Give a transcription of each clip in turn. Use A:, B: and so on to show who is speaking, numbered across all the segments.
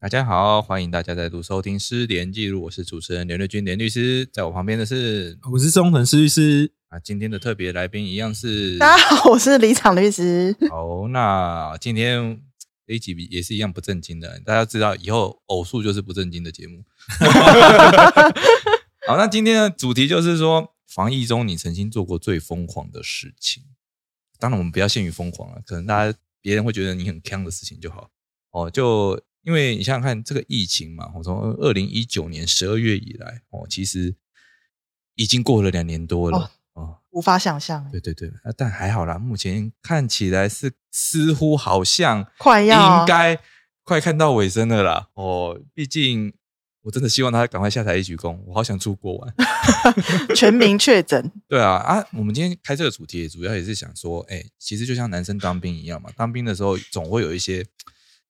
A: 大家好，欢迎大家再度收听《失联记录》，我是主持人连瑞君，连律师，在我旁边的是
B: 我是中藤律师，
A: 啊，今天的特别来宾一样是
C: 大家好，我是李场律师。
A: 好，那今天这一集也是一样不正经的，大家知道以后偶数就是不正经的节目。 好，那今天的主题就是说，防疫中你曾经做过最疯狂的事情。当然，我们不要限于疯狂了，可能大家别人会觉得你很坑的事情就好。哦，就因为你想想看，这个疫情嘛，我哦从二零一九年十二月以来，哦，其实已经过了两年多了。哦
C: 无法想象，
A: 对对对，啊但还好啦，目前看起来是似乎好像
C: 快要
A: 应该快看到尾声了啦。哦，毕竟我真的希望他赶快下台一鞠躬，我好想出国玩。
C: 全民确诊，
A: 对啊，啊，我们今天开这个主题，主要也是想说，哎、其实就像男生当兵一样嘛，当兵的时候总会有一些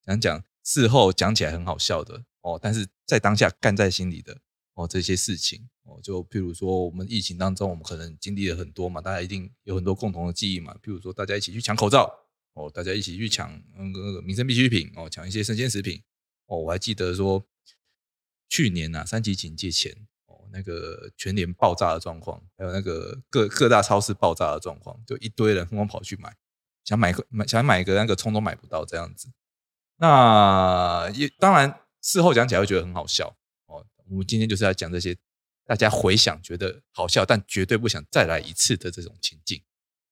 A: 想讲事后讲起来很好笑的哦，但是在当下干在心里的哦这些事情哦，就譬如说我们疫情当中，我们可能经历了很多嘛，大家一定有很多共同的记忆嘛，譬如说大家一起去抢口罩哦，大家一起去抢嗯那个民生必需品哦，抢一些生鲜食品哦，我还记得说去年呐、啊、三级警戒前哦，那个全联爆炸的状况，还有那个各各大超市爆炸的状况，就一堆人疯狂跑去买，想买个买想买个那个葱都买不到这样子。那也当然事后讲起来会觉得很好笑哦。我们今天就是要讲这些大家回想觉得好笑，但绝对不想再来一次的这种情境。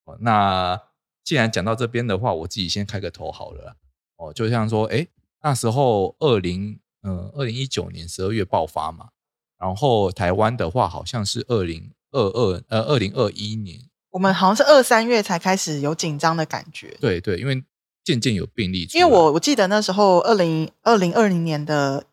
A: 哦，那既然讲到这边的话，我自己先开个头好了啦。哦，就像说，哎，那时候二零嗯二零一九年十二月爆发嘛，然后台湾的话好像是二零二二呃二零二一年，
C: 我们好像是二三月才开始有紧张的感觉。
A: 对对，因为渐渐有病例出
C: 因
A: 来，
C: 为我我记得那时候二零二零二零年的
A: 嗯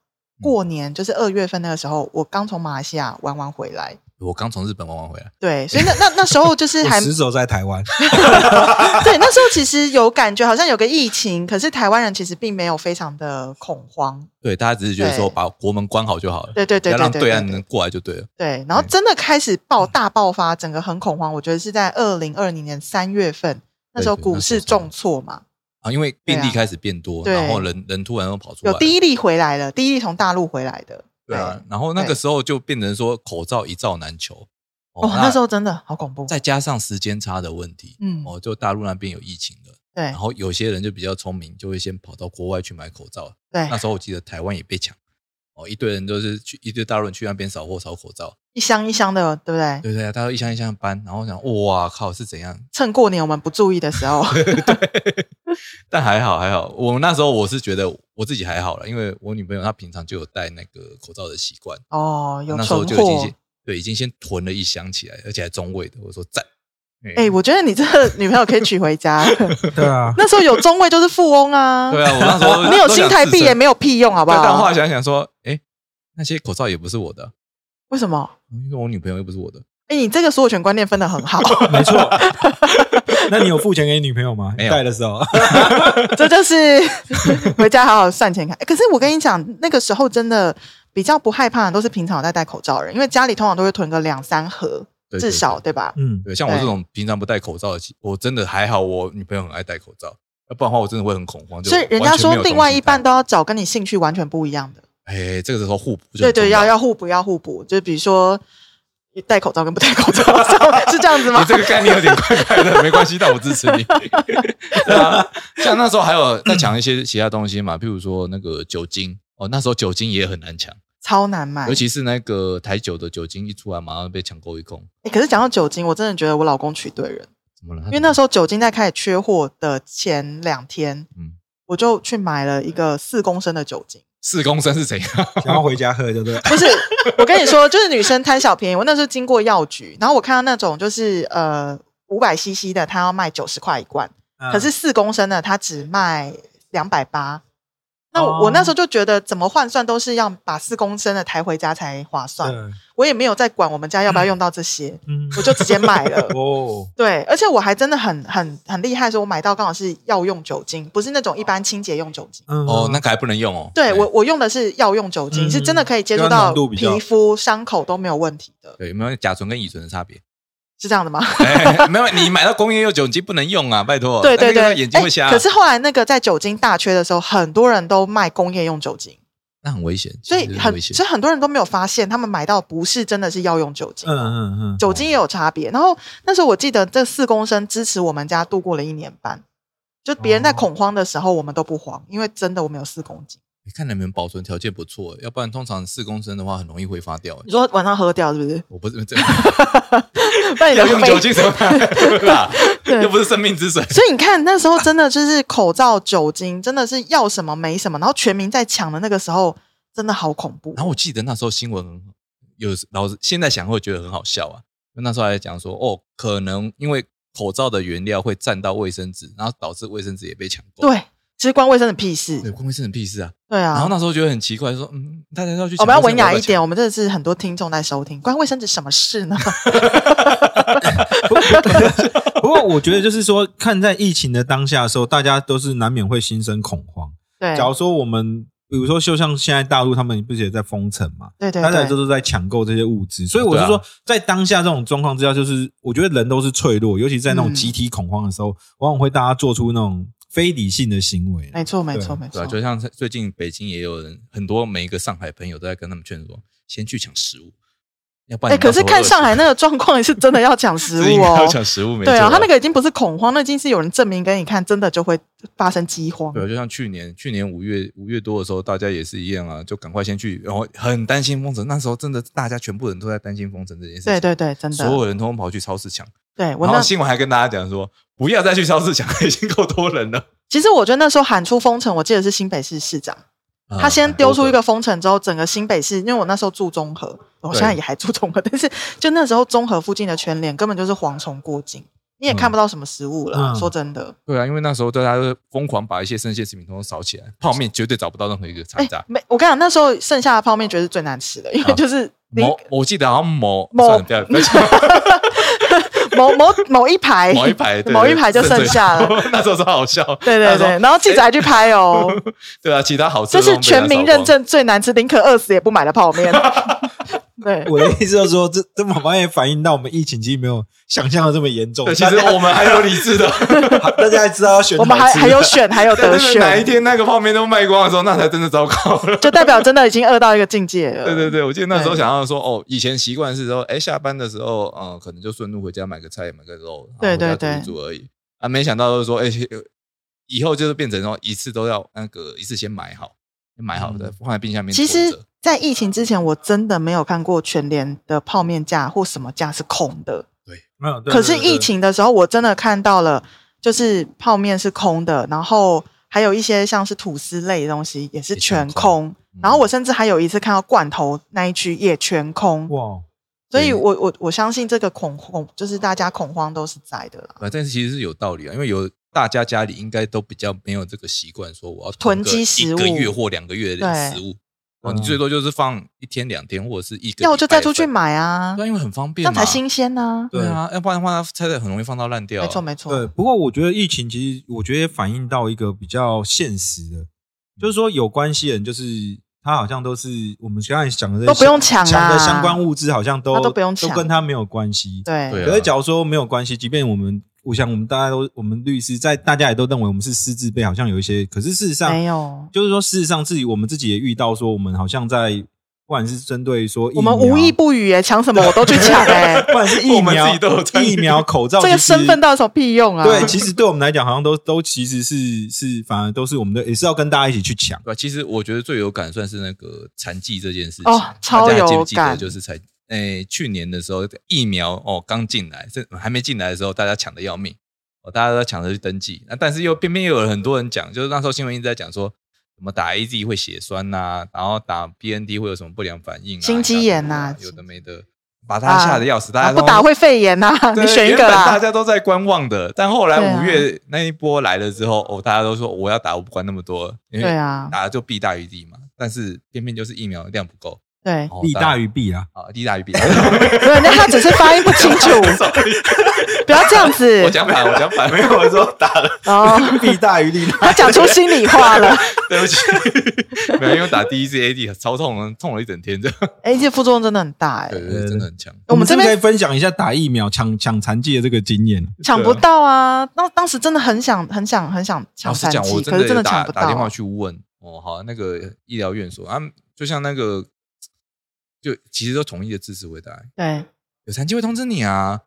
C: 过年，就是二月份那个时候，我刚从马来西亚玩完回来，
A: 我刚从日本玩完回来，
C: 对，所以那那那时 候就是
B: 我
C: 还
B: 死守在台湾，
C: 对，那时候其实有感觉好像有个疫情，可是台湾人其实并没有非常的恐慌，
A: 对，大家只是觉得说
C: 对
A: 把国门关好就好了，
C: 对对对
A: 要
C: 对
A: 让
C: 对
A: 对岸
C: 对
A: 能过来就对了。
C: 对，然后
A: 对嗯
C: 真的开始爆大爆发，整个很恐慌。我觉得是在二零二零年三月份，那时候
A: 对
C: 股
A: 那
C: 市
A: 时候
C: 重挫嘛，
A: 啊，因为病
C: 对
A: 例
C: 啊
A: 开始变多，
C: 对
A: 然后人人突然又跑出来，
C: 有第一例回来了，第一例从大陆回来的。
A: 对啊，然后那个
C: 对
A: 时候就变成说口罩一罩难求，
C: 对，哦，那时候真的好恐怖。
A: 再加上时间差的问题，
C: 嗯，
A: 哦，就大陆那边有疫情了，
C: 对
A: 然后有些人就比较聪明，就会先跑到国外去买口罩。
C: 对
A: 那，时候我记得台湾也被抢，哦，一堆人都是去一堆大陆人去那边扫货扫口罩，
C: 一箱一箱的，对不对？
A: 对对啊，他都一箱一箱搬，然后想哇靠是怎样，
C: 趁过年我们不注意的时候，
A: 但还好还好，我那时候我是觉得我自己还好了，因为我女朋友她平常就有戴那个口罩的习惯，
C: 哦，有
A: 那时候
C: 存
A: 就已经
C: 货
A: 先。对已经先囤了一箱起来，而且还中位的，我说赞。
C: 哎、我觉得你这个女朋友可以娶 回家。
B: 对啊，
C: 那时候有中位就是富翁啊，
A: 对啊，我那时候
C: 没有
A: 都
C: 新
A: 想
C: 台
A: 自
C: 币
A: 身
C: 也没有屁用，好不
A: 对但后
C: 好
A: 来？想一想说，哎、那些口罩也不是我的，啊
C: 为什么？
A: 因为我女朋友又不是我的，
C: 哎、你这个所有权观念分得 很好，
B: 没错。那你有付钱给你女朋友吗？
A: 没有
B: 带的时 候，
C: 这就是回家好好算钱看。欸可是我跟你讲，那个时候真的比较不害怕的都是平常有在戴口罩的人，因为家里通常都会囤个两三盒，
A: 对
C: 至少对吧？
B: 嗯，
A: 对，像我这
C: 对
A: 种平常不戴口罩的，其我真的还好，我女朋友很爱戴口罩，要不然的话我真的会很恐慌。就
C: 所以人家
A: 完全没
C: 说
A: 有东西
C: 另外一半
A: 戴，
C: 都要找跟你兴趣完全不一样的，
A: 哎、这个时候互补就
C: 对
A: 很
C: 对，
A: 重
C: 要。要互补要互补，就比如说戴口罩跟不戴口罩 是这样是这样子吗
A: 你？这个概念有点怪怪的，没关系，但我支持 你。 对啊，像那时候还有在抢一些其他东西嘛，譬如说那个酒精哦，那时候酒精也很难抢，
C: 超难买
A: 尤。其是那个台酒的酒精一出来，马上被抢购一空。
C: 欸可是讲到酒精，我真的觉得我老公娶对人，
A: 怎么了？
C: 因为那时候酒精在开始缺货的前两天，
A: 嗯
C: 我就去买了一个四公升的酒精。
A: 四公升是怎样？
B: 想要回家喝，对不对？
C: 不是， 我跟你说，就是女生贪小便宜。我那时候经过药局，然后我看到那种就是呃五百 CC 的，
B: 啊嗯
C: 它要卖九十块一罐，可是四公升的它只卖两百八。那我,、
B: 哦
C: 我那时候就觉得，怎么换算都是要把四公升的抬回家才划算。
B: 对
C: 我也没有在管我们家要不要用到这些，
B: 嗯，。
C: 我就直接买了
B: 哦，
C: 对，而且我还真的很很很厉害，说我买到刚好是药用酒精，不是那种一般清洁用酒精。
B: 嗯
A: 哦，那个还不能用哦。
C: 对我，我用的是药用酒精，
B: 嗯
C: 是真的可以接触
B: 就它
C: 到
B: 浓度比较
C: 皮肤、伤口都没有问题的，
A: 对，有没有甲醇跟乙醇的差别？
C: 是这样的吗？
A: 哎， 没有，你买到工业用酒精不能用啊，拜托。
C: 对
A: 那
C: 对
A: 个
C: 对，
A: 眼睛会
C: 哎
A: 瞎
C: 可。是后来那个在酒精大缺的时候，很多人都卖工业用酒精，
A: 那很危险，
C: 所
A: 其
C: 以
A: 实嗯危
C: 很
A: 险。
C: 所以很多人都没有发现，他们买到不是真的是药用酒精，
B: 嗯嗯嗯，
C: 酒精也有差别。然后那时候我记得这四公升支持我们家度过了一年半，就别人在
B: 哦
C: 恐慌的时候，我们都不慌，因为真的我们有四公斤。
A: 你看你们保存条件不错，要不然通常四公升的话很容易挥发掉。哎？
C: 你说晚上喝掉是不是
A: 我不 是这
C: 那你的
A: 要用
C: 肺
A: 酒精什么 啦
C: 对
A: 又不是生命之水。
C: 所以你看，那时候真的就是口罩、酒精，真的是要什么没什么。然后全民在抢的那个时候，真的好恐怖。
A: 然后我记得那时候新闻很好有老师现在想会觉得很好笑啊，因为那时候还在讲说哦，可能因为口罩的原料会占到卫生纸，然后导致卫生纸也被抢购。
C: 对，其实关卫生的屁事
A: 对，。关卫生纸屁事啊！
C: 对
A: 然后
C: 啊，哦
A: 那时候觉得很奇怪，说嗯，大家要去
C: 我
A: 抢
C: 们要
A: 卫生
C: 文
A: 纸
C: 雅
A: 不
C: 一点，
A: 抢
C: 我们真的是很多听众在收听，关卫生纸什么事呢？
B: 不过我觉得就是说，看在疫情的当下的时候，大家都是难免会心生恐慌。
C: 对，
B: 假如说我们，比如说，就像现在大陆他们不是也在封城嘛，
C: 对对
B: 大家也都
C: 对，
B: 是在抢购这些物资，所以我是
A: 对啊
B: 说，在当下这种状况之下，就是我觉得人都是脆弱，尤其在那种
C: 嗯
B: 集体恐慌的时候，往往会大家做出那种非理性的行为。
C: 没错没错
B: 对
C: 没
A: 对
C: 错
A: 啊，。就像最近北京也有人，很多每一个上海朋友都在跟他们劝说，先去抢食物，要不然
C: 哎，
A: 你到
C: 可
A: 时
C: 是
A: 候
C: 看
A: 饿死
C: 上海那个状况，是真的要抢 食
A: 是应
C: 物
A: 该要
C: 哦。
A: 抢食物没
C: 对啊，
A: 错
C: 他那个已经不是恐慌，那已经是有人证明给你看，真的就会发生饥荒。
A: 对啊，就像去年去年五月五月多的时候，大家也是一样啊，就赶快先去，然后很担心封城，那时候真的大家全部人都在担心封城这件事情，
C: 对对对，真
A: 所有
C: 的。
A: 人通通跑去超市抢，
C: 对我
A: 然后
C: 那
A: 新闻还跟大家讲说，不要再去超市抢，已经够多人了。
C: 其实我觉得那时候喊出封城，我记得是新北市市长。
A: 嗯
C: 他
A: 啊
C: 先丢出一个封城之后，整个新北市，因为我那时候住中和，我现在也还住中和，但 是就那时候中和附近的全联根本就是蝗虫过境，你也看不到什么食物了。
B: 嗯
C: 说真的，
A: 对啊，因为那时候大家都疯狂把一些生鲜食品通通烧起来，泡面绝对找不到任何一个
C: 哎、
A: 残渣。
C: 没，我跟你讲，那时候剩下的泡面绝对是最难吃的，因为
A: 啊
C: 就是你
A: 某我记得好像某
C: 某
A: 算了不要不要讲
C: 某某某一排，
A: 某一 排对
C: 某一排就剩下了。
A: 对 那时候超好笑，
C: 对
A: 那
C: 对
A: 时候
C: 对，然后记者还去拍 哦，
A: 对啊，其他好吃
C: 这
A: 的都
C: 是
A: 被他
C: 全民
A: 扫光
C: 认证最难吃，宁可饿死也不买的泡 面。对，
B: 我的意思就是说，这这马上也反映到我们疫情其实没有想象的这么严重。
A: 对，其实我们还有理智 的。
B: 大家大家还知道要选
C: 我们还
B: 好吃的
C: 还有选，还有
A: 但
C: 得
A: 真 的哪一
C: 选，
A: 天那个泡面都卖光的时候，那才真的糟糕 了。
C: 就代表真的已经饿到一个境界了。
A: 对对对，我记得那时候
C: 对
A: 想要说，哦，以前习惯是说，哎，下班的时候，嗯、可能就顺路回家买个菜，买个肉，
C: 对对
A: 然后回家煮一煮而已。啊，没想到就是说，哎，以后就是变成说一次都要那个一次先买好，先买好
B: 嗯
A: 的放在冰箱里面
C: 其
A: 存着。
C: 实，在疫情之前，我真的没有看过全联的泡面架或什么架是空的。
B: 嗯对
C: 可是
B: 对对
C: 疫情的时候，我真的看到了，就是泡面是空的，然后还有一些像是吐司类的东西也是全
A: 也全
C: 空
A: 空。
C: 然后我甚至还有一次看到罐头那一区也全空，
B: 哇，
C: 所以我我我相信这个恐慌，就是大家恐慌都是在的啦。
A: 啊，但是其实是有道理啊，因为有大家家里应该都比较没有这个习惯，说我要
C: 囤
A: 个
C: 积食
A: 一个
C: 物
A: 月或两个月的
C: 对
A: 食物。哦，
B: 嗯
A: 你最多就是放一天两天，或者是一个。
C: 那我就再出去。买啊
A: 对，啊，因为很方
C: 这
A: 便
C: 样
A: 嘛，
C: 才新鲜呢、
A: 对啊，要不然的话，菜菜很容易放到烂掉啊。
C: 没错没错
B: 对，，不过我觉得疫情其实，我觉得也反映到一个比较现实的，就是说有关系人，就是他好像都是我们刚才讲的这些
C: 都不用抢啦啊
B: 抢的相关物资，好像都
C: 他都不用抢
B: 都跟他没有关系。
C: 对
A: 对啊
B: 可是假如说没有关系，即便我们，我想我们大家都，我们律师在大家也都认为我们是私自备，好像有一些，可是事实上
C: 没有
B: 就是说事实上自己我们自己也遇到说，我们好像在不管是针对说疫
C: 我们
B: 苗
C: 无意不语哎、抢什么我都去抢哎、
B: 不 管是疫
A: 我们自己
B: 苗
A: 都 有参与
B: 疫苗口罩，
C: 这个
B: 其实
C: 身份到底有什么屁用啊？
B: 对，其实对我们来讲，好像都都其实是是，反而都是我们的，也是要跟大家一起去抢。
A: 对吧？啊其实我觉得最有感算是那个残疾这件事情，
C: 哦
A: 大家
C: 超
A: 还记
C: 有
A: 不记得
C: 感
A: 就是才诶、去年的时候疫苗哦刚进来，这还没进来的时候，大家抢的要命，哦大家都抢着去登记，那、但是又偏偏又有很多人讲，就是那时候新闻一直在讲说。什么打 AZ 会血栓呐、然后打 BND 会有什么不良反应、啊？
C: 心肌炎呐
A: 有的没的。把他吓得要死，大家
C: 啊
A: 都
C: 不打会肺炎呐、
A: 对
C: 你选一
A: 原
C: 个
A: 本大
C: 啦。
A: 家都在观望的，但后来
C: 啊对啊
A: 五月那一波来了之后，哦，大家都说我要打，我不管那么多，因
C: 对
A: 为
C: 啊，
A: 打了就弊大于利嘛。但是偏偏就是疫苗量不够，
C: 对，
A: 哦
B: 利大于 弊啊。
A: 啊，利大于弊。
C: 没有，那他只是发音不清楚， 不要这样子
A: 我讲反，我讲反，
D: 没有，我说打了
C: 哦。
B: 弊大于利大。
C: 他讲出心里话了，
A: 对不起，没有，因为打第一次 AD 超痛，痛了一整天，这样
C: 哎，这副作用真的很大哎
A: 对，对对，真的很强。
C: 我们这
B: 是不
C: 边
B: 是可以分享一下打疫苗抢抢残疾的这个经验。
C: 抢不到啊。那当时真的很想、很想、很想抢
A: 老实
C: 三
A: 讲，我
C: 剂，
A: 真
C: 可是
A: 有
C: 真的
A: 打
C: 抢不到
A: 打电话
C: 啊。
A: 去问哦，好，那个医疗院所啊，就像那个，就其实都统一的支持回答，
C: 对
A: 有残疾会通知你啊。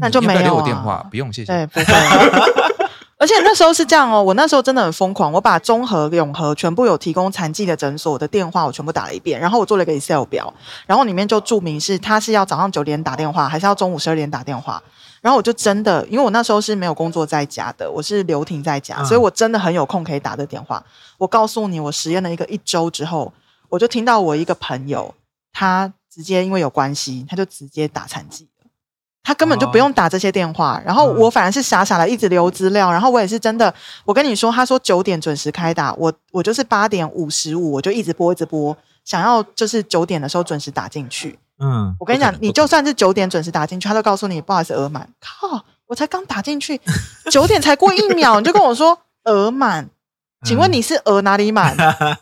C: 那
A: 你
C: 就
A: 要不要
C: 没
A: 留
C: 有
A: 我电
C: 啊
A: 话，不用谢谢。
C: 对，不会。 而且那时候是这样哦，我那时候真的很疯狂，我把中和、永和全部有提供残疾的诊所的电话，我全部打了一遍，然后我做了一个 Excel 表，然后里面就注明是他是要早上九点打电话，还是要中午十二点打电话。然后我就真的，因为我那时候是没有工作在家的，我是留停在家，
B: 嗯
C: 所以我真的很有空可以打这电话。我告诉你，我实验了一个一周之后，我就听到我一个朋友，他直接因为有关系，他就直接打残疾了，他根本就不用打这些电话。然后我反而是傻傻的一直留资料，然后我也是真的，我跟你说，他说九点准时开打，我我就是八点五十五，我就一直播一直播，想要就是九点的时候准时打进去。
B: 嗯，
C: 我跟你
A: 不可
C: 讲
A: 能，
C: 你
A: 不可
C: 就算是九点准时打进去，他都告诉你不好意思额满。靠，我才刚打进去，九点才过一秒，你就跟我说 额满，请问你是额哪里满？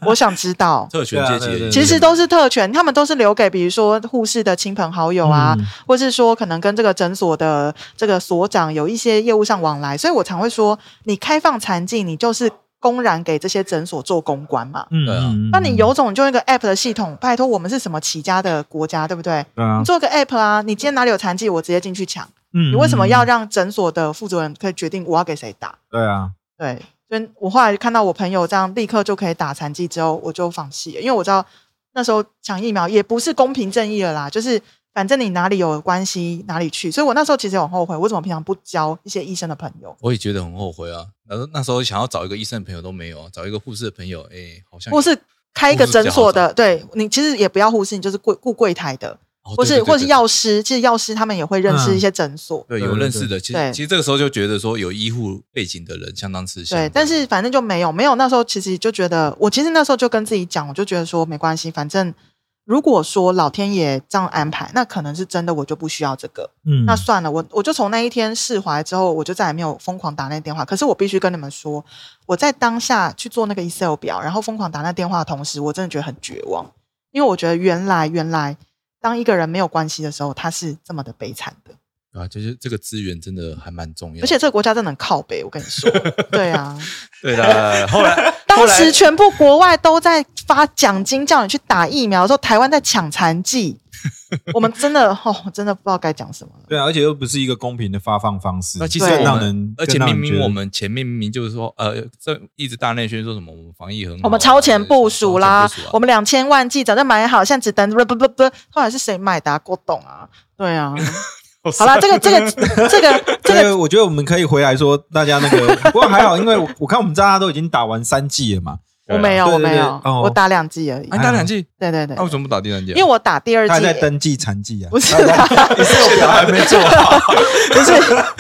C: 我想 知道。
A: 特权阶级
B: 对啊对
A: 的，
B: 对
C: 其实都是特权，他们都是留给比如说护士的亲朋好友啊，
B: 嗯
C: 或是说可能跟这个诊所的这个所长有一些业务上往来，所以我常会说，你开放残疾，你就是公然给这些诊所做公关嘛。
B: 嗯
A: 对啊
B: 嗯
C: 那你有种你就用一个 app 的系统，拜托我们是什么起家的国家，对不对？
B: 对啊
C: 你？做个 app 啊，你今天哪里有残疾，我直接进去抢。
B: 嗯
C: 你为什么要
B: 嗯
C: 让诊所的负责人可以决定我要给谁打？
B: 对啊？
C: 对，所以我后来看到我朋友这样立刻就可以打残疾之后，我就放弃了，因为我知道那时候抢疫苗也不是公平正义了啦，就是反正你哪里有关系哪里去，所以我那时候其实也很后悔，我怎么平常不交一些医生的朋友，
A: 我也觉得很后悔啊。那时候那时候想要找一个医生的朋友都没有，啊找一个护士的朋友，哎，好像
C: 或是开一个
A: 护士比较
C: 诊所
A: 好
C: 的，对你其实也不要护士，你就是柜雇柜台的，
A: 哦
C: 或
A: 对
C: 是
A: 对对
C: 或是
A: 对嗯
C: 药师，其实药师他们也会认识一些诊所，
A: 对
B: 对
A: 有
B: 对
A: 认
B: 对
A: 识的。其实
C: 对
A: 其实这个时候就觉得说有医护背景的人相当吃香。
C: 对，但是反正就没有，没有。那时候其实就觉得，我其实那时候就跟自己讲，我就觉得说没关系，反正如果说老天爷这样安排，那可能是真的，我就不需要这个，
B: 嗯，
C: 那算了，我我就从那一天释怀之后，我就再也没有疯狂打那电话。可是我必须跟你们说，我在当下去做那个 Excel 表，然后疯狂打那电话的同时，我真的觉得很绝望，因为我觉得原来原来当一个人没有关系的时候，他是这么的悲惨的。
A: 啊，就是这个资源真的还蛮重要。
C: 而且这个国家真的很靠北，我跟你说，对啊。
A: 对 的，后 来
C: 当时全部国外都在发奖金叫你去打疫苗的时候，台湾在抢残剂，我们真的哦，我真的不知道该讲什么了。
B: 对啊，而且又不是一个公平的发放方式。
A: 那其实
C: 对
A: 我
B: 让
A: 们
B: 人，
A: 而且
B: 更让
A: 明明
B: 人觉得
A: 我们前面明明就是说，呃，这一直大内宣说什么我们防疫很好啊，
C: 我们超前部署啦
A: 超前部署啊，
C: 我们两千万剂早就买好，现在只等不不不不，后来是谁买的、啊？郭董啊，对啊。好啦，这个这个这个这
B: 这
C: 个
B: 个我觉得我们可以回来说大家那个， 不过还好，因为我我看我们大家都已经打完三剂了嘛，
C: 我没有，
B: 对
C: 我
B: 对
C: 没有
B: 对哦，
C: 我打两剂而已
A: 啊，。
B: 哎
A: 你打两剂，
C: 对对对
A: 那，为什么不打第三剂啊？
C: 因为我打第二
B: 他还
C: 剂
B: 在登记残疾啊
C: 不，是啦。
B: 手表还没做好，
C: 不是，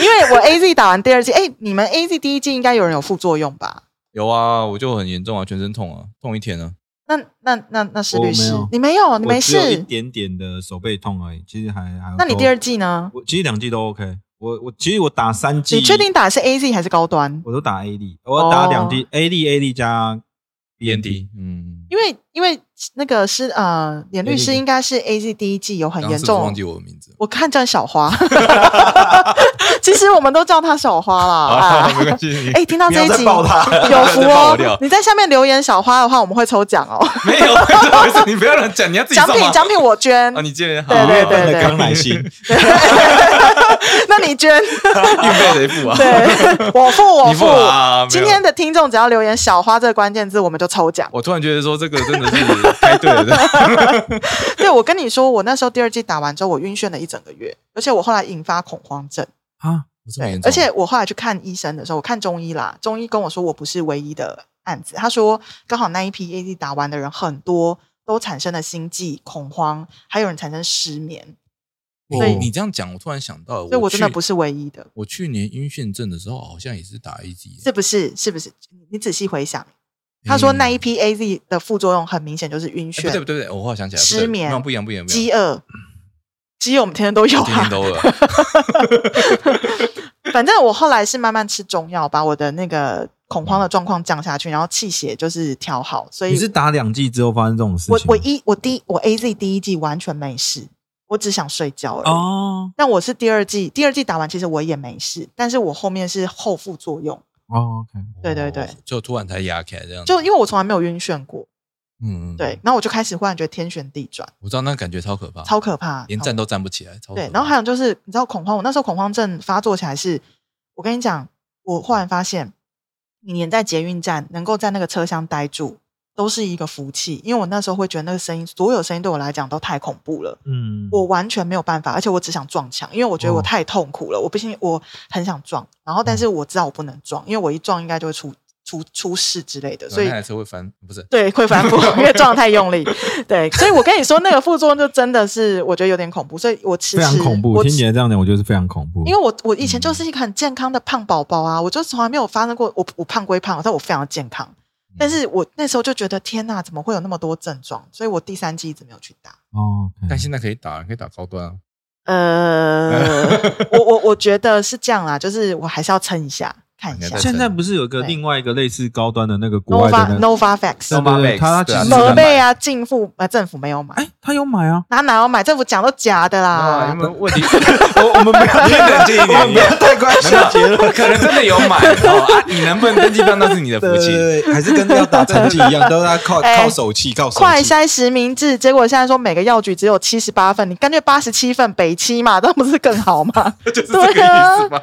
C: 因为我 A Z 打完第二剂，哎，你们 A Z 第一剂应该有人有副作用吧？
A: 有啊，我就很严重啊，全身痛啊，痛一天啊。
C: 那那那那是
B: 我
C: 律
B: 没
C: 师
B: 有，
C: 你没有，你没
B: 我只有一
C: 事。
B: 点点的手背痛而已，其实还还。
A: 哦
C: 那你第二，季呢？
B: 我其实两剂都 OK，我我其实我打三剂，
C: 你确定打哦的是 A Z 还是高端？
B: 我都打 A 粒，我打两剂 A 粒 A 粒加 E
A: BND，嗯，
C: 因为因为那个是呃，连律
B: AZ
C: 师应该是 A Z 第一季有很
A: 刚刚
C: 严
A: 是不是
C: 重啊
A: 忘记，我的名字。
C: 我看叫小花， 其实我们都叫她小花啦。啊
A: 没关系，你
C: 哎，听到
D: 不
C: 这
D: 要
C: 一
D: 再
C: 集
D: 爆他，
C: 有福
A: 爆我
C: 哦
A: 料！
C: 你在下面留言小花的话，我们会抽奖哦，
A: 没有，不好意思，你不要乱讲，你 要自己
C: 奖
A: 上
C: 品
A: 吗
C: 奖品我捐
A: 啊，，你今天好，
C: 对对对
B: 原本的
C: 对
B: 康乃馨，
C: 那你 捐，
A: 运费谁付啊？
C: 对我付我
A: 你付啊，没有
C: 今天的听众只要留言“小花”这个关键字，我们就抽奖。
A: 我突然觉得说这个真的是开对 了的，
C: 对，我跟你说，我那时候第二季打完之后，我晕眩了一整个月，而且我后来引发恐慌症。
B: 啊，
A: 我这么
C: 对
A: 严，重
C: 而且我后来去看医生的时候，我看中医啦，中医跟我说我不是唯一的案子，他说刚好那一批 A D 打完的人很多都产生了心悸恐慌，还有人产生失眠。所以
A: 哦你你这样讲，我突然想到，
C: 所以我真的
A: 去
C: 不是唯一的，
A: 我去年晕眩症的时候，好像也是打 A G，
C: 是不是？是不是？你仔细回想，
A: 嗯
C: 他说那一批 A Z 的副作用很明显，就是晕
A: 哎哎不对
C: 眩、
A: 不对不对，我好像想起来，
C: 失
A: 不对
C: 眠
A: 没有不一样不一样不一
C: 饥
A: 样，
C: 饿。 饥饿我们天天都有
A: 天天
C: 啊，
A: 都了，
C: 反正我后来是慢慢吃中药，把我的那个恐慌的状况降下去，然后气血就是调好。所以
B: 你是打两剂之后发生这种事情
C: 我
B: 吗？
C: 我一我第一我 A Z 第一季完全没事，我只想睡觉而已。
B: 哦
C: 但我是第二季，第二季打完其实我也没事，但是我后面是后副作用，
B: 哦，OK，
C: 对对对
A: 哦，就突然才压开这样子，
C: 就因为我从来没有晕眩过，
A: 嗯嗯，
C: 对，，然后我就开始忽然觉得天旋地转，
A: 我知道那感觉超可
B: 啊
A: 怕，
C: 超可怕，
A: 连
C: 超
A: 站都站不起来，
B: 哦
A: 超可
C: 对
A: 怕，
C: 然后还有就是你知道恐慌，我那时候恐慌症发作起来是，我跟你讲，我忽然发现，你连在捷运站能够在那个车厢待住。都是一个福气，因为我那时候会觉得那个声音，所有声音对我来讲都太恐怖了。
B: 嗯，
C: 我完全没有办法，而且我只想撞墙，因为我觉得我
B: 哦
C: 太痛苦了，我不信，我很想撞，然后但是我知道我不能撞，因为我一撞应该就会出出出事之类的，
B: 哦
C: 所以
A: 那台车会翻，不是
C: 对会反驳，因为撞得太用力，对，所以我跟你说那个副作用就真的是我觉得有点恐怖，所以我迟
B: 非常
C: 迟
B: 恐怖。
C: 我
B: 听
C: 迟
B: 起来这样讲，我觉得是非常恐怖。
C: 因为我我以前就是一个很健康的胖宝宝啊，我就从来没有发生过我我胖归胖，但我非常健康，但是我那时候就觉得天呐，怎么会有那么多症状？所以我第三季一直没有去打。
B: 哦，
A: 但现在可以打，可以打高端啊，
C: 呃，我我我觉得是这样啦，就是我还是要撑一下，看一下
A: 应该。在
B: 现在不是有个
C: 对
B: 另外一个类似高端的那个
C: n
B: 国
C: o v
B: 外的
C: a
B: 那
C: n o v a v a x
B: 对吧对他
A: 对啊
B: 其实
A: 是
C: 责
A: 很
C: 备啊，政府呃政府没有买，
B: 哎，他有买啊。
C: 哪哪有买？政府讲都假的啦
A: 啊，因。为问 题
B: 我我们不 要
A: 你冷静一点，你
B: 太快
A: 没有结 论，可能真的有买哦啊！你能不能登记到那是你的福
B: 对
A: 气。
B: 对对，还是跟要打成绩一样，都要 靠
C: 哎
B: 靠手气，靠手
C: 快
B: 气。
C: 筛实名制，结果现在说每个药局只有七十八份，你干脆八十七份北七嘛，那不是更好吗？
A: 就是这个意
C: 啊
A: 思吗？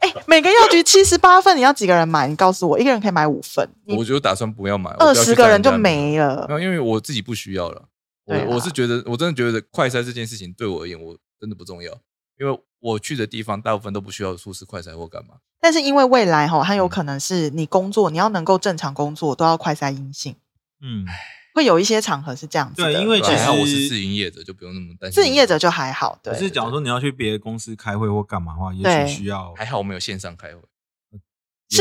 C: 哎，每个药局七十八份，你要几个人买？你告诉我，一个人可以买五份，
A: 我
C: 你
A: 就打算不要买，我不要
C: 二
A: 去
C: 十个人就
A: 占家里。
C: 没了
A: 没。有，因为我自己不需要了。我
C: 对啊
A: 我是觉得，我真的觉得快筛这件事情对我而言，我真的不重要，因为我去的地方大部分都不需要出示快筛或干嘛。
C: 但是因为未来哈、它有可能是你工作，你要能够正常工作，都要快筛阴性。
B: 嗯，
C: 会有一些场合是这样子的。
B: 对因为
A: 对啊
B: 其
A: 还好我
B: 实
A: 是自营业者，就不用那么担心。
C: 自营业者就还好，对
B: 可，是假如说你要去别的公司开会或干嘛的话，也
C: 对
B: 许需要
A: 还好我们有线上开会，
B: 也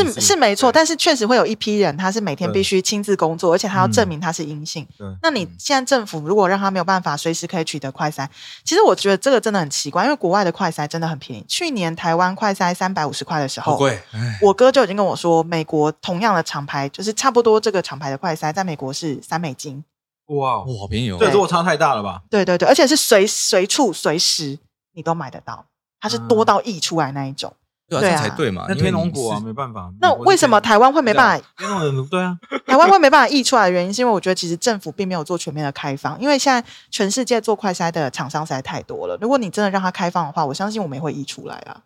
C: 是是没错，
B: 对
C: 但是确实会有一批人，他是每天
B: 对
C: 必须亲自工作，而且他要
B: 嗯
C: 证明他是阴性。
B: 对
C: 那你
A: 嗯
C: 现在政府如果让他没有办法随时可以取得快筛，其实我觉得这个真的很奇怪，因为国外的快筛真的很便宜。去年台湾快筛三百五十块的时
A: 好
C: 候，
A: 贵。唉
C: 我哥就已经跟我说，美国同样的厂牌，就是差不多这个厂牌的快筛，在美国是三美金。
B: 哇，
A: 哇，好便宜哦！
C: 啊
B: 这落差太大了吧？
C: 对对对，而且是随随处随时你都买得到，它是多
B: 嗯
C: 到溢出来那一种。
A: 对啊，
C: 对
A: 这
C: 啊
A: 才对嘛。
B: 那
A: 因为
B: 天
A: 你
B: 龙果啊，
A: 是
B: 没办法。
C: 那
B: 我是
C: 为什么台湾会没办法？
B: 天龙人对啊？
C: 台湾会没办法溢出来的原因，是因为我觉得其实政府并没有做全面的开放，因为现在全世界做快筛的厂商实在太多了。如果你真的让它开放的话，我相信我们也会溢出来啊。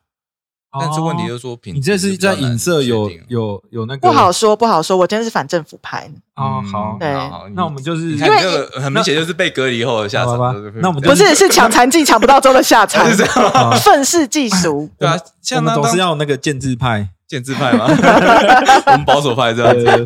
A: 但是问题
B: 哦
A: 就是说品质
B: 你
A: 比较
B: 这
A: 难确啊定，
B: 是在影射有有有那个
C: 不好说，不好说。我真的是反政府 派，
B: 哦，
A: 嗯
B: 好，
C: 对
A: 好好
B: 那我们就是
A: 你看这个很明显就是被隔离后的下
B: 好
A: 场
B: 吧。那我们
C: 不
B: 就是
C: 是是抢残计抢不到州的下场
A: 就，是这样吗？
B: 啊
C: 愤世嫉 俗。
A: 对啊，
B: 我
A: 像
B: 们
A: 那
B: 总是
A: 当
B: 要有那个建制派，
A: 建制派嘛， 我们保守派这样子。
B: 呃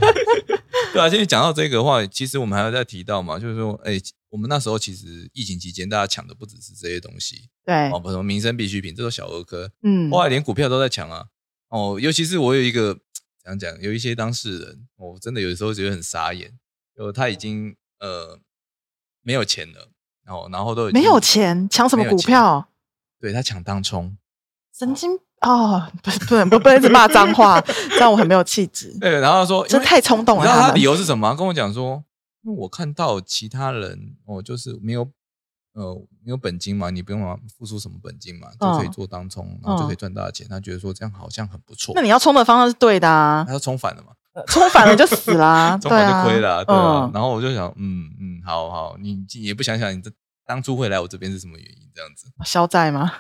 A: 对啊，现在讲到这个的话，其实我们还要再提到嘛，就是说，哎、我们那时候其实疫情期间，大家抢的不只是这些东西
C: 对
A: 哦，，不哦什么民生必需品，这都小儿科，
C: 嗯，
A: 后来连股票都在抢啊。哦，尤其是我有一个怎样讲，有一些当事人，我真的有时候觉得很傻眼，就他已经呃没有钱了，然、后然后都已经
C: 没有，钱嗯抢什么
A: 没有
C: 股
A: 钱
C: 票？
A: 对他抢当冲，
C: 神经哦，不是不能不不能一直骂脏话，这样我很没有气质。
A: 对，然后他说
C: 这
A: 因为
C: 太冲动了
A: 你知道
C: 他
A: 他
C: 们
A: 理由是什么吗？跟我讲说，因为我看到其他人哦，就是没有呃没有本金嘛，你不用嘛付出什么本金嘛，就可以
C: 嗯
A: 做当冲，然后就可以赚大钱。他觉得说这样好像很不错
C: 那，你要冲的方向是对的啊
A: 他，就冲反了嘛，
C: 冲反了就死 啦，
A: 冲
C: 对
A: 反
C: 啊，
A: 就亏了啊，对啊
C: 嗯。
A: 然后我就想，嗯嗯，好好，你你也不想想你这当初会来我这边是什么原因，这样子。
C: 消债吗？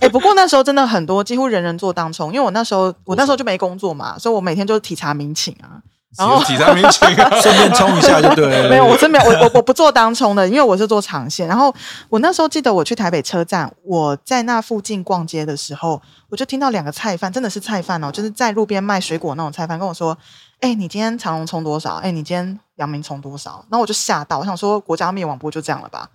C: 哎、不过那时候真的很多，几乎人人做当冲，因为我那时候我那时候就没工作嘛，所以我每天就是体察民情啊，
A: 然后几张民警 啊
B: 顺便冲一下就对了。
C: 没有，我真没有，我我我不做当冲的，因为我是做长线。然后我那时候记得我去台北车站，我在那附近逛街的时候，我就听到两个菜贩，真的是菜贩哦，就是在路边卖水果那种菜贩跟我说：“哎、你今天长隆冲多少？哎、你今天阳明冲多少？”然后我就吓到，我想说国家灭亡不就这样了吧？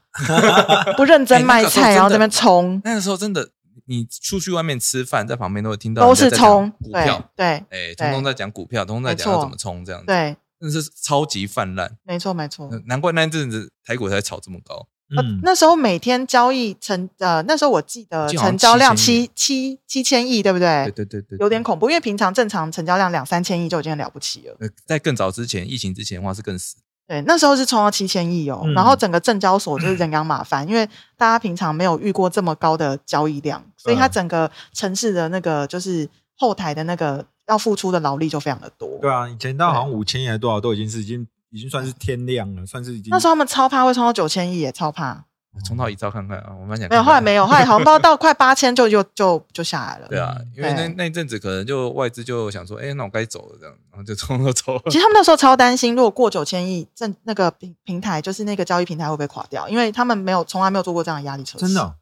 C: 不认真
A: 哎那
C: 卖
A: 个时候
C: 菜，然后在
A: 真
C: 那
A: 的
C: 边冲，
A: 那个时候真的，你出去外面吃饭，在旁边都会听到
C: 都
A: 人家
C: 是
A: 在讲
C: 冲，
A: 股
C: 对
A: 票，
C: 对
A: 哎，通通在讲股票，通通在讲
C: 没错
A: 要怎么冲这样子，
C: 对，
A: 真的是超级泛滥，
C: 没错没错。
A: 难怪那阵子台股才炒这么高，
C: 呃
B: 嗯，
C: 那时候每天交易成呃，那时候我记得
A: 记得好像
C: 成交量
A: 7000
C: 七七七千亿，对不对？
A: 对对对对，
C: 有点恐怖，因为平常正常成交量两三千亿就已经很了不起了。
A: 呃，在更早之前，疫情之前的话是更死，
C: 对，那时候是冲到七千亿哦，
B: 嗯
C: 然后整个证交所就是人仰马翻，因为大家平常没有遇过这么高的交易量，所以它
B: 嗯
C: 整个城市的那个就是后台的那个要付出的劳力就非常的多。
B: 对啊，以前到好像五千还多少都已经是已经已经算是天量了，算是已经
C: 那时候他们超怕会冲到九千亿，也超怕。
A: 冲到一兆看看啊，我蛮想
C: 没
A: 看看
C: 有，后来没有，后来红包到快八千就就就就下来了。
A: 对啊，因为那
C: 嗯对
A: 那一阵子可能就外资就想说，哎，那我该走了这样，然后就冲到走了
C: 其。实他们那时候超担心，如果过九千亿，正那个平平台就是那个交易平台会不会垮掉？因为他们没有从来没有做过这样的压力测试，
B: 真的哦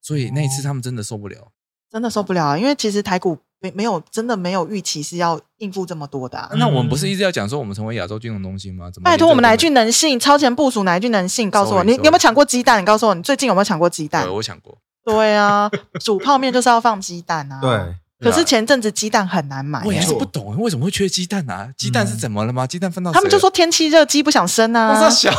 A: 所以那一次他们真的受不了。
C: 真的受不了啊！因为其实台股没没有真的没有预期是要应付这么多的、啊。
B: 嗯
A: 那我们不是一直要讲说我们成为亚洲金融中心吗？怎么
C: 拜托，我们哪一句
A: 连
C: 能信？超前部署哪一句能信？告诉我，
A: Sorry，
C: 你
A: sorry
C: 你有没有抢过鸡蛋？你告诉我，你最近有没有抢过鸡
A: 这
C: 蛋
A: 个？对，我想过，
C: 对啊，煮泡面就是要放鸡蛋啊。。
B: 对，
A: 对
C: 可
A: 啊
C: 是前阵子鸡蛋很难买、
A: 我也
C: 欸
A: 是不懂为什么会缺鸡蛋啊？鸡蛋是怎么了吗？鸡蛋分到
C: 他们
A: 谁
C: 就
A: 了
C: 说天气热，鸡不想生
A: 我说
C: 啊。
A: 小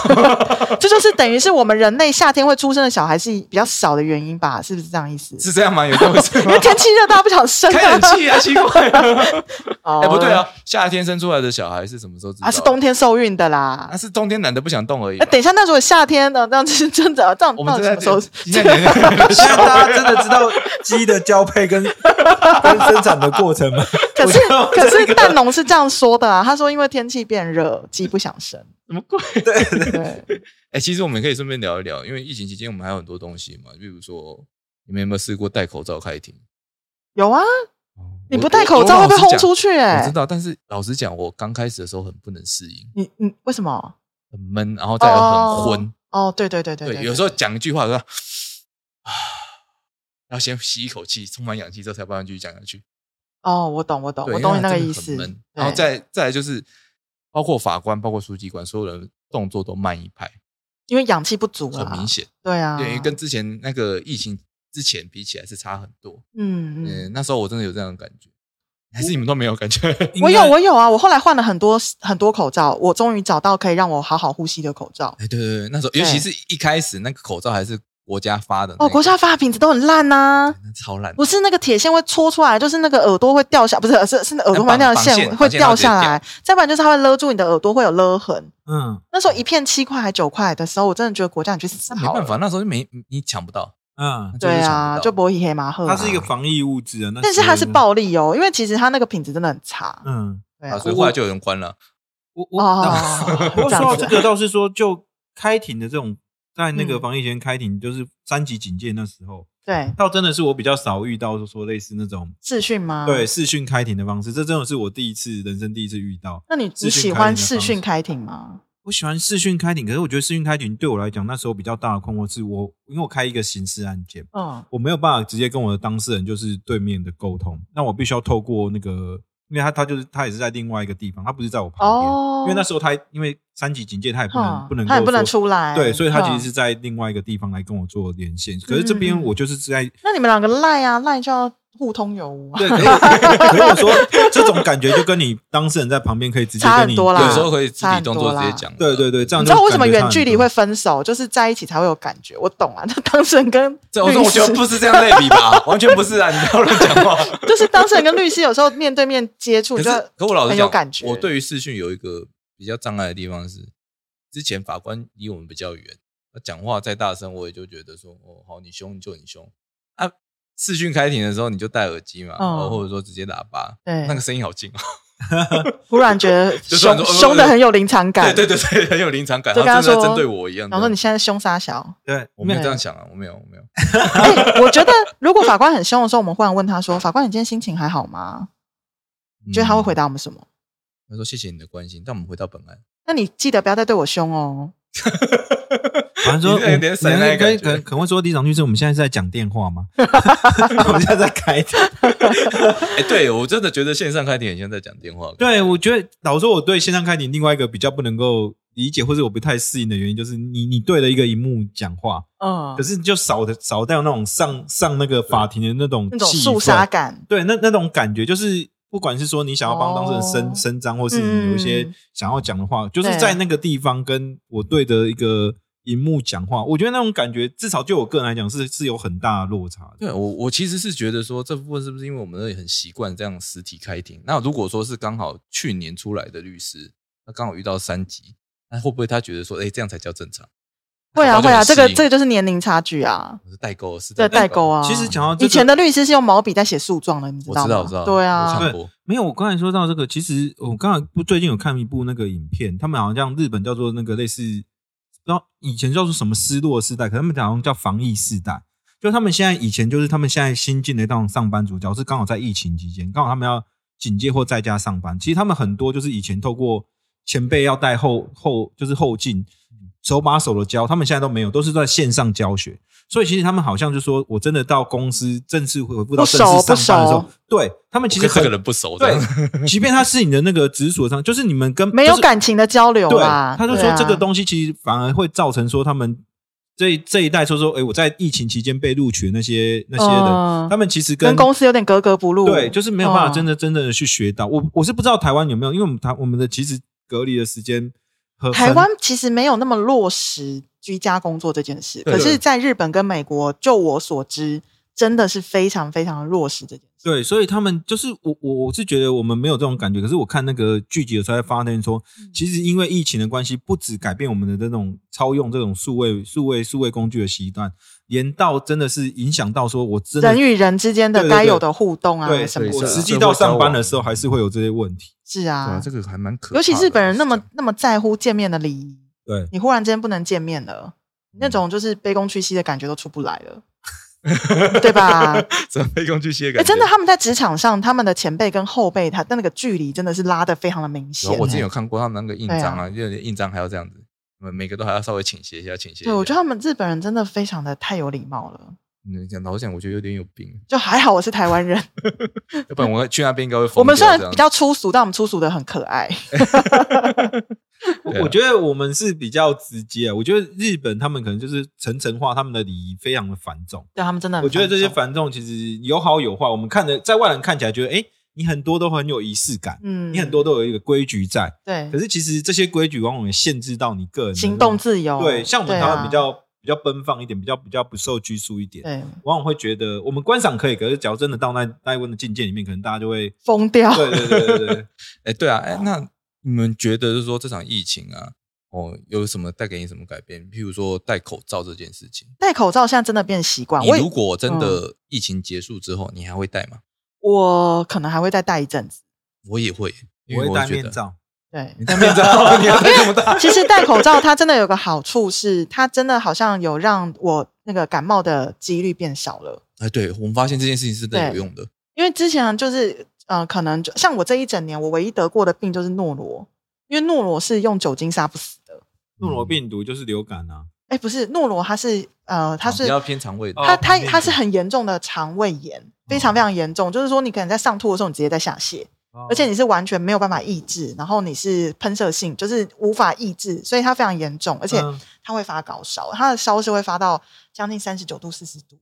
C: 这就是等于是我们人类夏天会出生的小孩是比较少的原因吧？是不是这样意思？
A: 是这样吗？有这回事
C: 因
A: 吗
C: 为？天气热，大家不想生、啊。
A: 开冷气啊，奇怪了。
C: 哦
A: 哎，不对啊，夏天生出来的小孩是什么时候知道
C: 啊，
A: 的？
C: 是冬天受孕的啦
A: 啊，。是冬天懒得不想动而已
C: 哎、
A: 吧。
C: 等一下，那如果夏天呢？那是真的，这样
A: 我
C: 到
A: 们正
C: 底
A: 在
C: 什么时候？
A: 现在连
B: 现在大家真的知道鸡的交配跟跟生产的过程吗？
C: 可是
B: 我觉得我
C: 可
B: 这
C: 是
B: 个
C: 蛋农是这样说的啊，他说因为天气变热，鸡不想 生。
A: 怎么贵？
C: 对，
A: 哎、其实我们可以顺便聊一聊，因为疫情期间我们还有很多东西嘛，比如说你们有没有试过戴口罩开庭？
C: 有啊，你不戴
A: 我
C: 口罩会被轰出
A: 去、
C: 去哎、
A: 我知道，但是老实讲，我刚开始的时候很不能适应，
C: 你你为什么？
A: 很闷，然后再有很昏。
C: 哦，对对对对对，
A: 有时候讲一句话我说，啊要先吸一口气，充满氧气之后才慢慢继续讲下去。
C: 哦，我懂我懂，
A: 对
C: 我
A: 因为
C: 懂你
A: 它
C: 那个
A: 真的
C: 意
A: 很
C: 思
A: 闷。
C: 对
A: 然后再再来就是，包括法官、包括书记官，所有人动作都慢一拍，
C: 因为氧气不足啊，
A: 很明显，
C: 对啊，
A: 对，因为跟之前那个疫情之前比起来是差很多。
C: 嗯嗯
A: 嗯，那时候我真的有这样的感觉，还是你们都没有感觉？ 哎
C: 我有
B: 应该
C: 我有啊，我后来换了很多很多口罩，我终于找到可以让我好好呼吸的口罩。哦
A: 哎，对对对，那时候尤其是一开始那个口罩还是国家发的那
C: 哦，
A: 个
C: 国家发的品质都很烂啊呐、
A: 那超烂，
C: 不是那个铁线会戳出来，就是那个耳朵会掉下，不是是是那耳朵
A: 那
C: 那
A: 绑
C: 条
A: 绑线
C: 会掉下
A: 绑线它
C: 来，再不然就是它会勒住你的耳朵，会有勒痕。
B: 嗯
C: 那时候一片七块还九块的时候，我真的觉得国家你去死
A: 那没
C: 好
A: 办
C: 了。
A: 法，那时候就没你抢不到，
B: 嗯，
A: 就是
C: 对
A: 抢
C: 啊，
A: 不
C: 就
A: 到。
C: 博黑马赫、
B: 它是一个，防疫物质啊，那
C: 但是它是
B: 时候，
C: 暴利哦，因为其实它那个品质真的很差。
B: 嗯，
C: 对啊
A: 啊，所以后来就有人关了。
B: 我我
C: 哦，
B: 不过
C: 这
B: 说到
C: 样
B: 这
C: 子
B: 个，倒是说就开庭的这种，在那个
C: 嗯
B: 防疫前开庭，就是三级警戒那时候，
C: 对
B: 倒真的是我比较少遇到，就说类似那种
C: 视讯吗？
B: 对。视讯开庭的方式，这真的是我第一次人生第一次遇到。
C: 那你你
B: 视讯
C: 喜
B: 开
C: 欢
B: 庭的
C: 视
B: 方
C: 讯
B: 式
C: 开庭吗？
B: 我喜欢视讯开庭，可是我觉得视讯开庭对我来讲，那时候比较大的困惑是我，因为我开一个刑事案件，
C: 嗯，
B: 我没有办法直接跟我的当事人就是对面的沟通，那我必须要透过那个，因为他他就是他也是在另外一个地方，他不是在我旁边，
C: 哦，
B: 因为那时候他因为三级警戒，他也不能、
C: 嗯
B: 不能
C: 他也
B: 跟我
C: 不能
B: 说
C: 出来，
B: 对，所以他其
C: 嗯
B: 实是在另外一个地方来跟我做连线。可是这边我就是在
C: 那你们两个赖啊赖就要互通有无啊，
B: 对，可是可是我说这种感觉就跟你当事人在旁边可以直接
C: 差
B: 跟
C: 很
B: 你
C: 多啦
A: 有
B: 对
A: 时候可以肢
C: 差
A: 体
C: 很
A: 动作
C: 多
A: 直接
C: 啦
A: 讲。
B: 对对对这样
C: 你
B: 就
C: 知道为什么
B: 感觉差
C: 远
B: 很
C: 距离
B: 多
C: 会分手，就是在一起才会有感觉。我懂啊，那 当事人跟
A: 这我说
C: 律
A: 我觉得
C: 师
A: 不是这样类比吧，完全不是啊！你不要乱讲话。
C: 就是当事人跟律师有时候面对面接触，
A: 可，
C: 就是
A: 可我老实
C: 很有
A: 讲，
C: 感觉
A: 我对于视讯有一个比较障碍的地方是，之前法官离我们比较远，他讲话再大声，我也就觉得说，哦，好，你凶你就你凶啊。视讯开庭的时候，你就戴耳机嘛，
C: 嗯
A: 哦，或者说直接喇叭，
C: 对
A: 那个声音好近哦。
C: 突然觉得
A: 就突然说
C: 凶
A: 呃
C: 凶的很有临场感，
A: 对对对对，很有临场感，
C: 就
A: 好
C: 跟他
A: 像真的在针
C: 说
A: 对我一样。
C: 然后说你现嗯在凶杀小，
B: 对，
A: 我没有
B: 因为
A: 这样想啊，我没有，我没有。
C: 哎、我觉得如果法官很凶的时候，我们忽然问他说：“法官，你今天心情还好吗？”你觉得他会回
A: 答？
C: 答我们什么？
A: 嗯他说谢谢你的关心，但我们回到本案，
C: 那你记得不要再对我凶哦。
B: 反正说，
A: 你这有点闪那个
B: 可
A: 感觉
B: 可可能会说第一种就是我们现在是在讲电 话吗？ 我们现在在开的。
A: 哎、对我真的觉得线上开庭很像在讲电
C: 啊
A: 话，
B: 对，我觉得老实说我对线上开庭另外一个比较不能够理解，或者我不太适应的原因，就是你你对着一个荧幕讲话，
C: 嗯
B: 可，是就少的少掉那种上上那个法庭的那种
C: 那种
B: 气
C: 肃
B: 氛
C: 杀感，
B: 对，那那种感觉就是，不管是说你想要帮当事人伸、
C: 哦
B: 伸张，或是你有一些
C: 嗯
B: 想要讲的话，就是
C: 对
B: 在那个地方跟我对着一个荧幕讲话，我觉得那种感觉，至少就我个人来讲是是有很大的落差
C: 哦
B: 的。
A: 对我，我其实是觉得说这部分是不是因为我们那里很习惯这样实体开庭？那如果说是刚好去年出来的律师，那刚好遇到三级，那会不会他觉得说，哎、这样才叫正常？
C: 会啊
A: 搞不
C: 会
A: 好
C: 啊，这
A: 就很
C: 个
A: 吸引
C: 这个就是年龄差距啊，
A: 我是代沟是
C: 这代沟
A: 啊，
C: 啊。
B: 其实讲到、这个、
C: 以前的律师是用毛笔在写诉状的，你知
A: 我
C: 道
A: 知
C: 吗？
A: 道我知道，
C: 对
A: 我
C: 啊，
A: 看过，
B: 没有，我刚才说到这个，其实我刚才不最近有看一部那个影片，他们好像日本叫做那个类似，不知道以前叫做什么失落世代，可他们好像叫防疫世代。就他们现在以前就是他们现在新进的那种上班族，假如是刚好在疫情期间，刚好他们要警戒或在家上班，其实他们很多就是以前透过前辈要带后后就是后进手把手的教，他们现在都没有，都是在线上教学。所以其实他们好像就说，我真的到公司正式恢复到正
C: 不熟
B: 式上班的时
C: 不
B: 候，对他们其实
A: 我跟这
B: 很
A: 个人不熟，这样
C: 啊
B: 对， 即便他是你的那个直属上，就是你们跟
C: 没有、感
B: 情。
C: 情的交流
B: 对，
C: 啦。
B: 他就
C: 对
B: 说
C: 啊
B: 这个东西其实反而会造成说他们这这一代说说，哎，我在疫情期间被录取的那些那些人，
C: 嗯
B: 他们其实
C: 跟公司有点格格不入，
B: 对，就是没有办
C: 嗯
B: 法真的真正的去学到。我我是不知道台湾有没有，因为我们台我们的其实隔离的时间和
C: 台湾其实没有那么落实居家工作这件事，
A: 对
C: 可是，在日本跟美国，就我所知，真的是非常非常的落实这件事。
B: 对，所以他们就是我我我是觉得我们没有这种感觉，可是我看那个剧集的时候才发现说，
C: 嗯
B: 其实因为疫情的关系，不止改变我们的这种超用这种数位数位数位工具的习惯，连到真的是影响到说我真的
C: 人与人之间
B: 对
C: 的
B: 对对
C: 该有的互动啊，
B: 对
C: 什么
B: 我
C: 的，
A: 是
B: 实
A: 啊
B: 际到上班的时候还是会有这些问题。
C: 是
A: 对
C: 啊
A: 啊，这个还蛮可怕的。
C: 尤其日本人那
A: 是
C: 么
A: 这样
C: 那么在乎见面的礼仪，
B: 对，
C: 你忽然之间不能见面了，
A: 嗯
C: 那种就是卑躬屈膝的感觉都出不来 了，对吧？
A: 怎么卑躬屈膝的
C: 哎，
A: 感觉？
C: 真的，他们在职场上，他们的前辈跟后辈，他的那个距离真的是拉的非常的明显
A: 然后。我之前
C: 哎
A: 有看过他们那个印
C: 对啊
A: 章啊，就印章还要这样子，每个都还要稍微倾斜一下，倾斜一下。
C: 对，我觉得他们日本人真的非常的太有礼貌了，
A: 你讲老实讲，我觉得有点有 病，
C: 就还好我是 台湾人，
A: 要不然我去那边应该会疯掉。
C: 我们虽然
A: 这样
C: 比较粗俗，但我们粗俗的很 可爱。
A: 对啊
B: 我我觉得我们是比较直接啊，我觉得日本他们可能就是层层化，他们的礼仪非常的繁重。
C: 对他们真的很
B: 我
C: 嗯繁
B: 觉
C: 重，
B: 得这些繁重其实有好有坏，我们看的在外人看起来觉得，哎，你很多都很有仪式感，
C: 嗯
B: 你很多都有一个规矩在，
C: 对
B: 可是其实这些规矩往往也限制到你个人
C: 嗯
B: 的
C: 行动自由，
B: 对，像我们
C: 对
B: 台
C: 啊
B: 湾比较、比较奔放一点，比较比较不受拘束一点，
C: 对
B: 往往会觉得我们观赏可以，可是假如真的到那那一问的境界里面，可能大家 就会，
C: 疯掉。
B: 对对对对对，
A: 哎、对啊，哎、
C: 哦
A: 那你们觉得就是说这场疫情啊，哦，有什么带给你什么改变？譬如说戴口罩这件事情，
C: 戴口罩现在真的变习惯，
A: 你
C: 啊我也嗯
A: 如果真的疫情结束之后，你还会戴吗？
C: 我可能还会再戴一阵子。
A: 我也会， 因
B: 我
A: 为
B: 会戴
A: 觉得
B: 面。罩。
C: 对，
A: 你戴面罩，你要戴这么大？
C: 其实戴口罩它真的有个好处是，它真的好像有让我那个感冒的几率变少了。
A: 哎，对我们发现这件事情是真的有用的。
C: 因为之前就是呃，可能就像我这一整年，我唯一得过的病就是诺罗，因为诺罗是用酒精杀不死的。
B: 诺罗病毒就是流感啊，
C: 哎，不是诺罗，它是呃，它是
A: 啊比较偏肠胃的，
B: 哦
C: 它它
B: 旁边
C: 它
B: 就是
C: 很严重的肠胃炎，非常非常严重，就是说你可能在上吐的时候，你直接在下泻，而
B: 哦
C: 且你是完全没有办法抑制，然后你是喷射性，就是无法抑制，所以它非常严重，而
B: 而
C: 且它会发高烧，它的烧是会发到将近三十九度、四十度，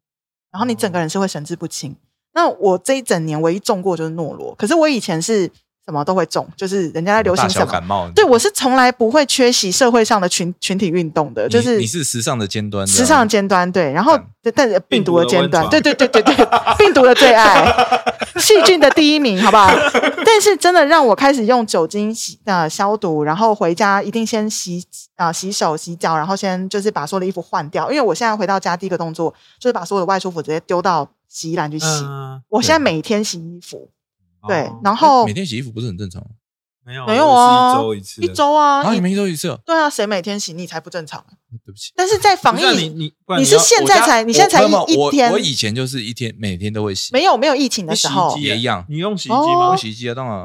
C: 然后你整个
A: 哦
C: 人是会神志不清。那我这一整年唯一中过就是诺罗，可是我以前是什么都会中，就是人家在流行
A: 大
C: 什
A: 小
C: 么
A: 感。冒。
C: 对，我是从来不会缺席社会上的群群体运动的，
A: 你
C: 就是
A: 你是时尚的尖端，
C: 时尚尖端对，然后但但是病毒的尖端，
B: 病
C: 对对对对对，病毒的最爱，细菌的第一名，好不好？但是真的让我开始用酒精洗呃消毒，然后回家一定先洗啊、呃洗手洗脚，然后先就是把所有的衣服换掉，因为我现在回到家第一个动作就是把所有的外出服直接丢到洗衣篮去洗。
B: 嗯
C: 我现在每天洗衣服，对，
B: 哦
C: 然后
A: 每天洗衣服不是很正常吗？
B: 没有
C: 没有啊
B: 我是一周一次，
C: 一周啊，
A: 啊，
C: 一
A: 你们一周一次哦？
C: 对啊，谁每天洗你才不正常？
A: 对不起，
C: 但是在防
B: 不是啊
C: 疫
B: 你。你不然
C: 你
B: 你
C: 是
B: 要
C: 现在才，你现在才
A: 我没有
C: 一一天
A: 我我，以前就是一天每天都会洗，
C: 没有没有疫情的
B: 你
C: 时
B: 洗
C: 候
B: 衣，机
A: 也一样
C: 哦
B: 你用洗衣机吗
A: 洗？衣机啊，当然。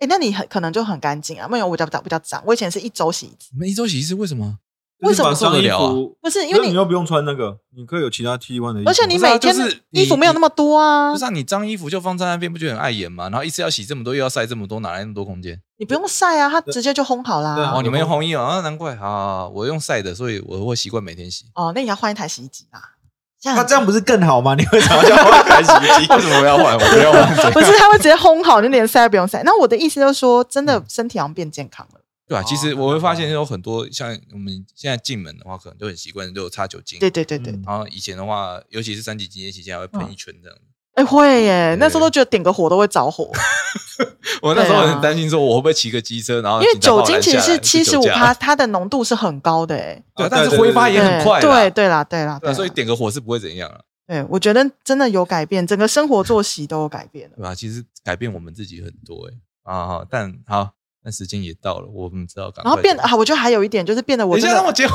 C: 哎，那你很可能就很干净啊，没有我家比较比较脏。我以前是一周洗一次，
A: 你们一周洗一次，为什么？
C: 为什么
B: 就是把上
A: 受
B: 衣
A: 得了啊
B: 服
C: 不是因为
B: 你
C: 你，
B: 又不用穿那个，你可以有其他替换的衣服。
C: 而且你
A: 不是啊
C: 每天
A: 就是你
C: 衣服没有那么多啊
A: 就，是啊你脏衣服就放在那边，不觉得很碍眼吗？然后一次要洗这么多，又要晒这么多，哪来那么多空间？
C: 你不用晒啊，它直接就烘好
B: 对
C: 啦
B: 啊
A: 哦，。你们用烘衣哦啊，难怪啊，我用晒的，所以我会习惯每天洗。
C: 哦，那你要换一台洗衣机啦。这
B: 那
C: 样
B: 这样不是更好吗？你为什么叫我开洗衣机？
A: 为什么我要换？我不要 换。
C: 不是，它会直接烘好，你连晒都不用晒。那我的意思就是说，真
A: 嗯
C: 的身体好像变健康了。
A: 对啊，
B: 哦
A: 其实我会发现有很多像我们现在进门的话，可能都很习惯都有擦酒精。
C: 对嗯对对对，
B: 嗯
A: 然后以前的话，尤其是三级警戒期间，还会喷一圈这样。
C: 哎、会耶，那时候
A: 对
C: 都觉得点个火都会着火，
A: 我那时候很担心，说我会不会骑个机车，然后
C: 啊因为
A: 警察把
C: 酒
A: 我
C: 精
A: 拦
C: 其
A: 下
C: 实
A: 来
C: 是七十五，
A: 是
C: 趴，
A: 酒驾
C: 它的浓度是很高的哎。
A: 对
B: 啊
A: 啊，但
B: 对
A: 是挥发也很快啦。
C: 对对啦，对啦，
A: 对啊，
C: 啦
A: 所以点个火是不会怎样啊了，
C: 对，我觉得真的有改变，整个生活作息都有改变了
A: 对。吧？其实改变我们自己很多哎啊，好但好，但时间也到了，我们知道赶快。
C: 然后变啊，我觉得还有一点就是变得
A: 等
C: 我
A: 一
C: 真
A: 下让我
C: 的
A: 结尾。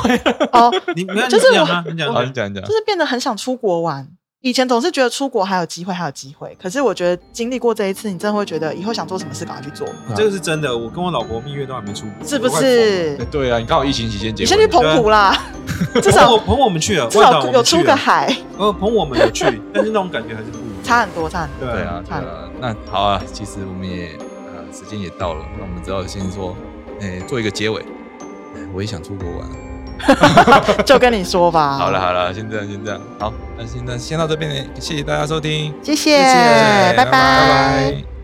C: 哦，
B: 你没有你
C: 就是
B: 讲
C: 我
B: 啊，你讲
A: 好，
B: 啊
A: 你讲你讲
C: 就。是变得很想出国玩。以前总是觉得出国还有机会，还有机会。可是我觉得经历过这一次，你真的会觉得以后想做什么事赶快去做，
B: 这个是真的。我跟我老婆蜜月都还没出国，
C: 是不？是？
A: 对啊，你刚好疫情期间结
C: 你
A: 婚，
C: 先去澎湖啦， 至
B: 捧
C: 少
B: 我捧我们去了，
C: 至
B: 外岛
C: 少
B: 我
C: 有
B: 们去
C: 出
B: 了
C: 个，海，
B: 呃，捧我们有去，但是那种感觉还是不一样。
C: 差很多，差很多。
B: 对
A: 对啊，对啊。那好啊，其实我们也啊，时间也到了，那我们只好先说，哎，做一个结尾。哎我也想出国玩。
C: 就跟你说吧。
A: 好了，好了，先这样，先这样。好，那现在先到这边，谢谢大家收听，
C: 谢
A: 谢
C: 谢，
A: 谢，
C: 拜
A: 拜拜。